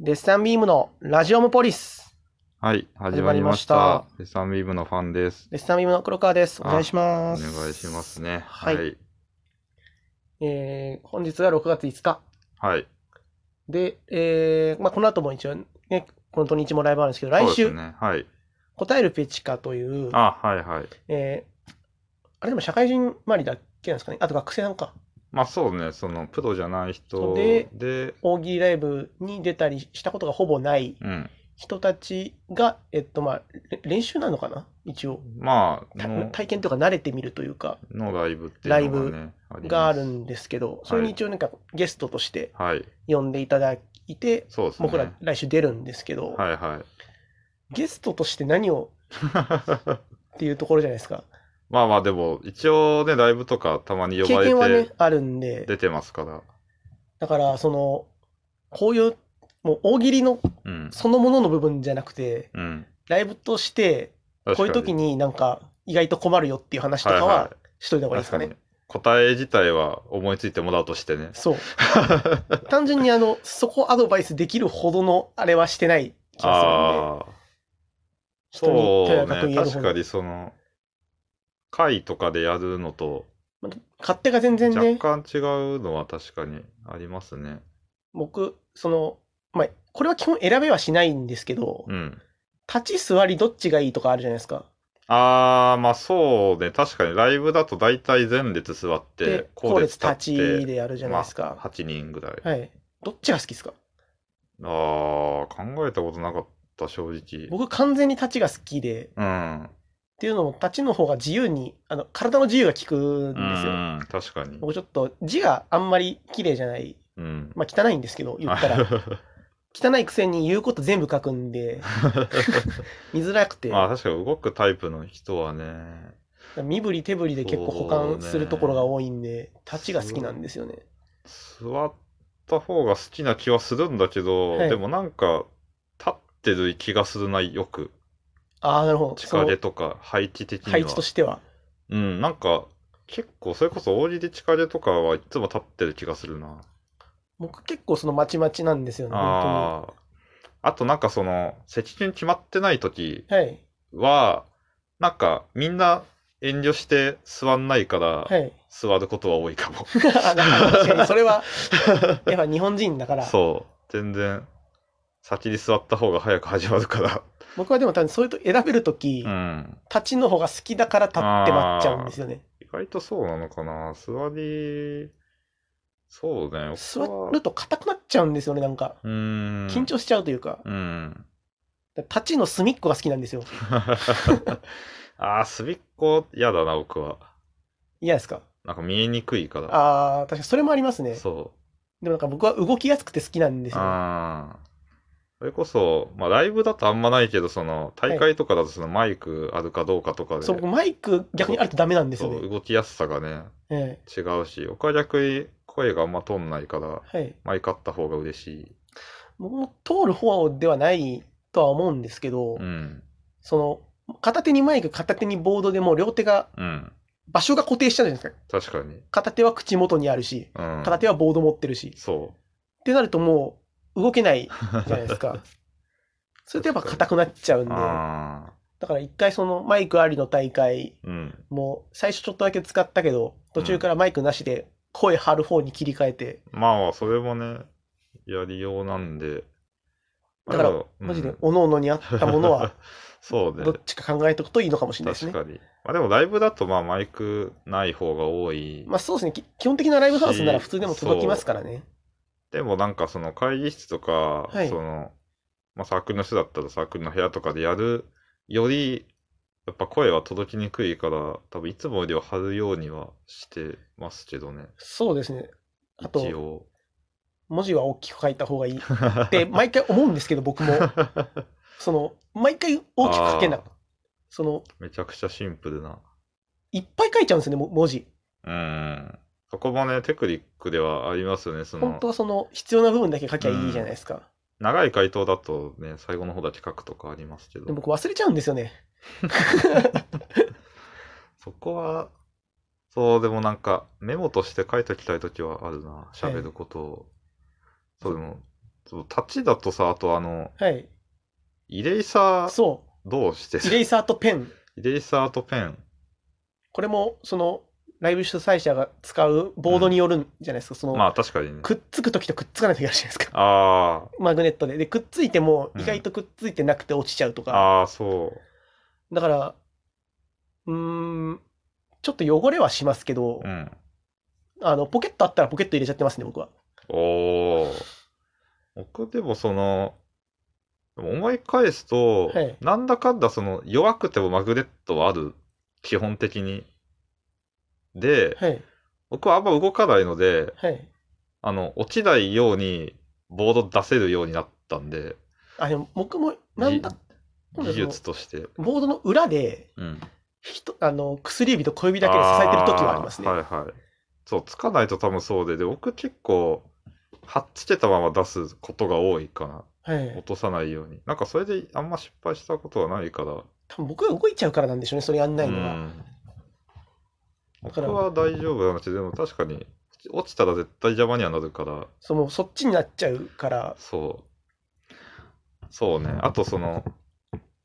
デッサンビームのラジオムポリス。はい、始まりました。デサンビームのファンです。デッサンビームの黒川です。お願いしおます。願いしますね。ははいい。はい。えー本日は6月5日。で、えーまあ、この後も一応ね、この土日もライブあるんですけど、来そう週、ですね。はい。答えるペチカという、あ、はいはい。えーあれでも社会人周りだけなんですかね。あと学生なんか。まあそうね、その、プロじゃない人でで、大喜利ライブに出たりしたことがほぼないうん。人たちが、えっと、まあ、れ練習なのかな一応。まあ、たの、体験とか慣れてみるというか、のライブっていうのがね、りますがあるんですけど、それに一応なんかゲストとしてはい。呼んでいただいて、そうですね。僕ら来週出るんですけど、はいはい。ゲストとして何をっていうところじゃないですか。 まあまあでも、一応ね、ライブとかたまに呼ば経験はれねて、あるんで、出てますから。だから、その、こういう、もう大喜利のうん。そのものの部分じゃなくて、うん。ライブとして、確かこういう時になんか意外と困るよっていう話とかはいははいしといた方がいいですかね。確かに答え自体は思いついてもらうとしてね。そう。単純にあの、そこアドバイスできるほどのあれはしてない気がああ、するんで、人に手そ高うくね。言えるほ確どか。にその、会とかでやるのと、まあ勝手が全然若ね、干違うのは確かにありますね。僕、その、まあ、これは基本選べはしないんですけど、うん。立ち座りどっちがいいとかあるじゃないですか。ああ、まあそうね。確かにライブだと大体前列座ってで、、後後列列立立って、ちでやるじゃないですまあか。 8人ぐらい。はい。どっちが好きですかああ、考えたことなかった、正直。僕完全に立ちが好きで、っうん。ていうのも立ちの方が自由に、あの、体の自由が利くんうですよ。ん、確かに。僕ちょっと字があんまり綺麗じゃない。うん。まあ汚いんですけど、言ったら。汚いくせに言うこと全部書くん で、見づらくて、 まあ確かに動くタイプの人はね、身振り手振りで結構保管するところが多いんで、立ちが好きなんですよね。座った方が好きな気はするんだけど、はいでもなんか立ってる気がするなよくああ、なるほど。地そ下のげとか配置的には配置としては。うんなんか結構それこそ大喜利地下げとかはいつも立ってる気がするな僕結構そのまちまちなんですよね、本あーあとなんかその席順決まってない時当に。はい。はなんかみんな遠慮して座んないから、はい。座ることは多いかもあだから確か に、それは、やっぱ日本人だから、そう全然先に座った方が早く始まるから僕はでも多分そういうと選べるとき、うん立ちの方が好きだから立って待っちゃうんですよね。意外とそうなのかな座り、そうね。座僕はると硬くなっちゃうんですよね、なんか。うーん。緊張しちゃうというか、うん。 立ちの隅っこが好きなんですよ。ああ、隅っこ嫌だな、僕は。嫌ですかなんか見えにくいから。ああ、確かにそれもありますね。そでもなんか僕は動きやすくて好きなんでう。すよね。ああ。それこそ、まあライブだとあんまないけど、その大会とかだとそのマイクあるかどうかとかで、そう、僕マイク逆にあるとダメなんですよそうね。動きやすさがね、え違うし、僕は逆に声があんま通んないから、えはい。マイクあった方が嬉しい。僕も通る方ではないとは思うんですけど、うん。その、片手にマイク、片手にボードでもう両手が、うん。場所が固定しちゃうじゃないですか。確かに。片手は口元にあるし、うん。片手はボード持ってるし。っそう。てなるともう動け ないじゃないですか。それとやっぱ硬くなっちゃうんで、だああ、から一回そのマイクありの大会うん。も最初ちょっとだけ使ったけど、途中からマイクなしで声張る方に切り替えて、まあ、それもね、やりようなんで。だからまあマジでうん、おのおのに合ったものは、 そうねどっ。ちか考えておくといいのかもしれないです確ね。かに。まあでも、ライブだと、まあ、マイクない方が多い。まあそうですね、き基本的なライブハウスなら普通でも届きますからね。でも、なんか、その会議室とか、はいその、まあ、サークルの人だったらサークルの部屋とかでやるより、やっぱ声は届きにくいから、多分いつもよりは張るようにはしてますけどね。そうですね。あ一と、応。文字は大きく書いた方がいいって毎回思うんですけど、僕 も。その、毎回大きく書けないあー。その、 めちゃくちゃシンプルな。いっぱい書いちゃうんですよね、も文字。うん。そこもね、テクニックではありますよね。そ本の当、はその、必要な部分だけ書きゃいいじゃないですか。長い回答だとね、最後の方だけ書くとかありますけでど、僕忘れちゃうんですよね。そこは、そう、でもなんか、メモとして書いときたいときはあるな、喋ることを。そう、でも、そう立ちだとさ、あとあの、はい。イレイサーそどうしてう。イるレイサーとペン。イレイサーとペン。これも、その、ライブ主催者が使うボードによるんじゃないですか。その、まあ確かにね。くっつくときとくっつかないときあるじゃないですか。あマグネットで。で、くっついても、うん意外とくっついてなくて落ちちゃうとあ、か。ああ、そう。だから、うーん、ちょっと汚れはしますけどう、ん。あの、ポケットあったらポケット入れちゃってますね、僕は。おー。僕でもその、でも思い返すと、はいなんだかんだその弱くてもマグネットはある、基本的に。で、はい、僕はあんま動かないので、はい。あの、落ちないようにボード出せるようになったんで、あ、でも僕も、なんだじ、技術として。ボードの裏で、うん。ひとあの薬指と小指だけで支えてる時はありますね。あーはいはい。そう、つかないと多分そうで、で、僕結構、はっつけたまま出すことが多いかな。はい 落とさないように。なんかそれであんま失敗したことはないから。多分僕が動いちゃうからなんでしょうね、それやんないうのは。ん。だ僕からは大丈夫なんですけどでも確かに、落ちたら絶対邪魔にはなるから、そのそっちになっちゃうから、そう。そうね。あとその、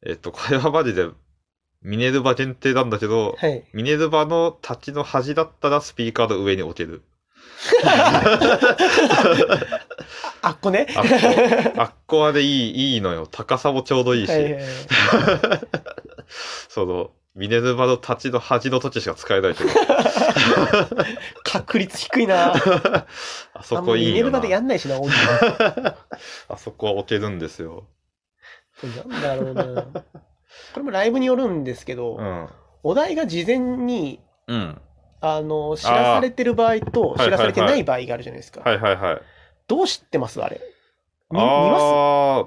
えっと、これはマジで、ミネルヴァ限定なんだけど、はい。ミネルヴァの立ちの端だったらスピーカーの上に置 ける。あっこね。あっこ、あっこはでいい、いいのよ。高さもちょうどいいし。はいはいはいその、ミネルヴァの立ちの端の時しか使えないけど。確率低いな。 ああ そんまこりい入いれよるなま。でやんないしな、音楽 あそこは置けるんですよ。なんだろうな。これもライブによるんですけど、うん。お題が事前にうん。あの知らされてる場合とあー知らされてない場合があるじゃないですか。はいはいはい。どう知ってますあれ。み見まああ、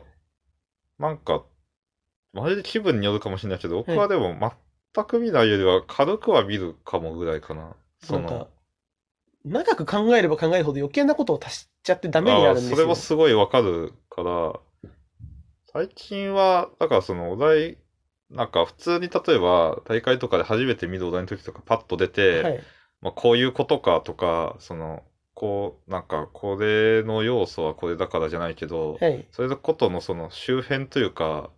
なんか、まるで気分によるかもしれないけど、僕はでも全く見ないよりは軽くは見るかもぐらいかな。すそなんかの、長く考えれば考えるほど余計なことを足しちゃってダメになあるーんそですれよも。すごいわかるから、最近は、だからそのお題、なんか普通に例えば大会とかで初めて見るお題の時とかパッと出て、はい、まあ、こういうことかとか、その、こう、なんか、これの要素はこれだからじゃないけど、はい、それのことのその周辺というか、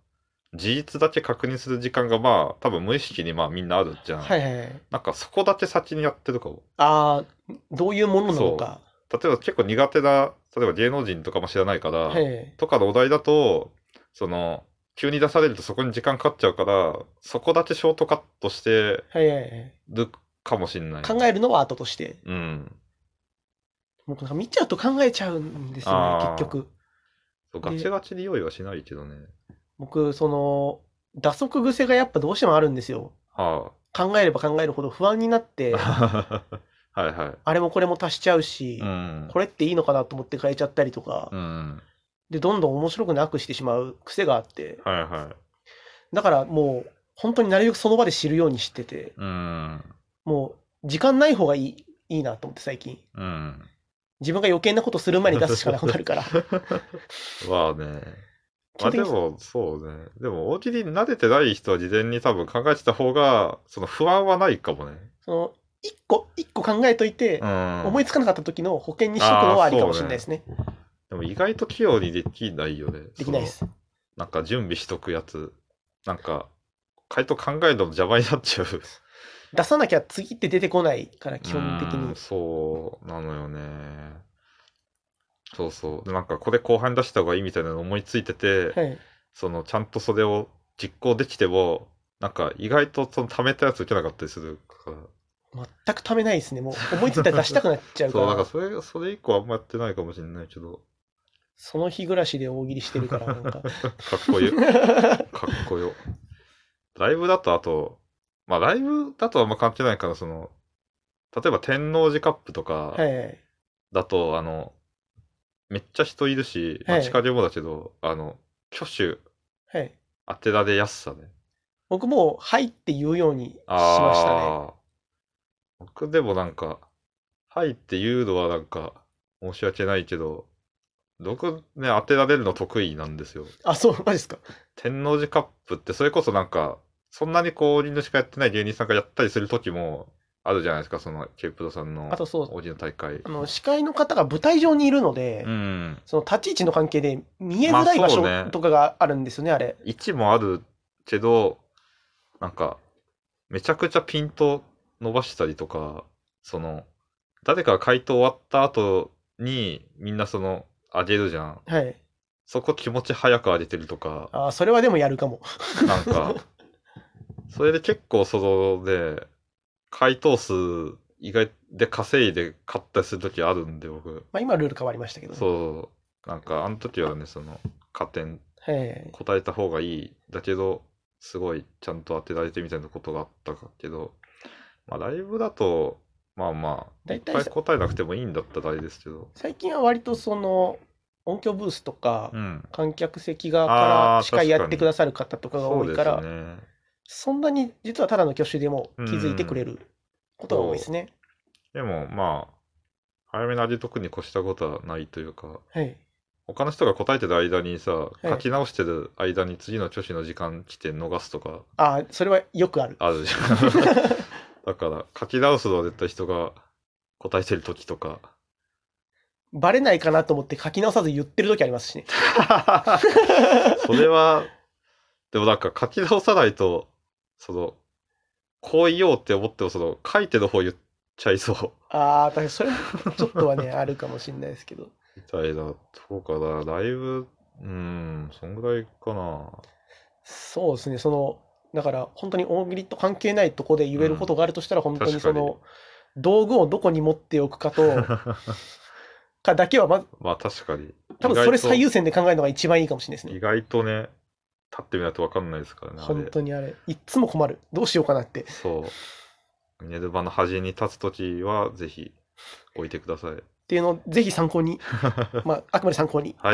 事実だけ確認する時間がまあ、多分無意識にまあみんなあるじゃん。はいはいはい。なんかそこだけ先にやってるかも。ああ、どういうものなのか。例えば結構苦手な、例えば芸能人とかも知らないから、はい、とかのお題だと、その、急に出されるとそこに時間かかっちゃうから、そこだけショートカットしてはいはいはい。るかもしんない。考えるのは後として。うん。もうなんか見ちゃうと考えちゃうんですよねあ、ー結局。そうガチガチに用意はしないけどね。僕、その、打足癖がやっぱどうしてもあるんですよ。は考えれば考えるほど不安になっ て、あ。はいはあれもこれも足しちゃうしい。、うん。これっていいのかなと思って変えちゃったりとか、うん。で、どんどん面白くなくしてしまう癖があって、はいはい。だからもう、本当になるべくその場で知るようにしてて、うん。もう、時間ない方がいい、いいなと思って最近。うん。自分が余計なことする前に出すしかなくなるから。まあね。基 ま本あ的でにも、そうね。でも、大喜利に慣れてない人は事前に多分考えてた方が、その不安はないかもね。その、一個、一個考えといてう、ん。思いつかなかった時の保険にしとくのはありかもしれないですね。でも意外と器用にできないよね。できないでそす。の。なんか準備しとくやつ。なんか、回答考えるのも邪魔になっちゃう。出さなきゃ次って出てこないから、 基本的うにん。そうなのよねそうそうでなんかこれ後半に出した方がいいみたいなの思いついてて、はい。そのちゃんとそれを実行できてもなんか意外とその貯めたやつ受けなかったりするから全くためないですね。もう思いついたら出したくなっちゃうか、そうなんからそれそれ以降あんまやってないかもしれないけどその日暮らしで大喜利してるから、なんか。かっ こよかっこよライブだとあとまあライブだとあんま関係ないからその例えば天王寺カップとか、はいはい。だと、あの、めっちゃ人いるし、まあ、はい近でもだけど、あの、挙手はい。当てられやすさね。僕もう、はいって言うようにしましたね。ああ。僕でもなんか、はいっていうのはなんか、申し訳ないけど、僕ね、当てられるの得意なんですよ。あ、そう、マジですか。天王寺カップって、それこそなんか、そんなにこう、人主しかやってない芸人さんがやったりする時も、あるじゃないですか、その、ケープロさんの、あとそうオーディの大会あ。の司会の方が舞台上にいるので、うん。その立ち位置の関係で見えづらい場まあそうね所とかがあるんですよね、あれ。位置もあるけど、なんか、めちゃくちゃピント伸ばしたりとか、その、誰かが回答終わった後に、みんなその、上げるじゃん。はい。そこ気持ち早く上げてるとか、あーそれはでもやるかも。 なんか、それで結構そのね、回答数意外で稼いで買ったりするときあるんで、僕。まあ、今ルール変わりましたけど、ね。そう。なんか、あの時はね、その、加点、はい。答えた方がいい。だけど、すごいちゃんと当てられてみたいなことがあったけど、まあ、ライブだと、まあまあ、い大っ体ぱい答えなくてもいいんだったらあれですけど。最近は割とその音響ブースとか、うん。観客席側かあらー司会やっ確かてにくださる方とかがそ多ういでから、すそね。んなに実はただの挙手でも気づいてくれることが多いですね。でも、まあ、早めの上げとくに越したことはないというか、はい。他の人が答えてる間にさ、い書き直してる間に次の挙手の時間来て逃すとかああ、それはよくある。あるじ ゃん。だから、書き直すのは絶対人が答えてる時 とか。バレないかなと思って書き直さず言ってる時ありますしね。それは、でもなんか書き直さないと、その、こう言おうって思っても、その、書いてる方言っちゃいそう。ああ、だからそれもちょっとはね、あるかもしれないですけど。みたいな、そうかな、ライブ、うん、そんぐらいかな。 そうですね、その、だから本当に大喜利と関係ないとこで言えることがあるとしたら、本当にその、道具をどこに持っておくかと、かだけはまず、まあ確かに。多分それ意外と最優先で考えるのが一番いいかもしれないです意ね。外とね、立ってみないと分かんないですからね。あれ本当にあれ、いっつも困る。どうしようかなって。そう。ミネルヴァの端に立つときは、ぜひ置いてください。っていうのをぜひ参考に、まあ、あくまで参考に。はい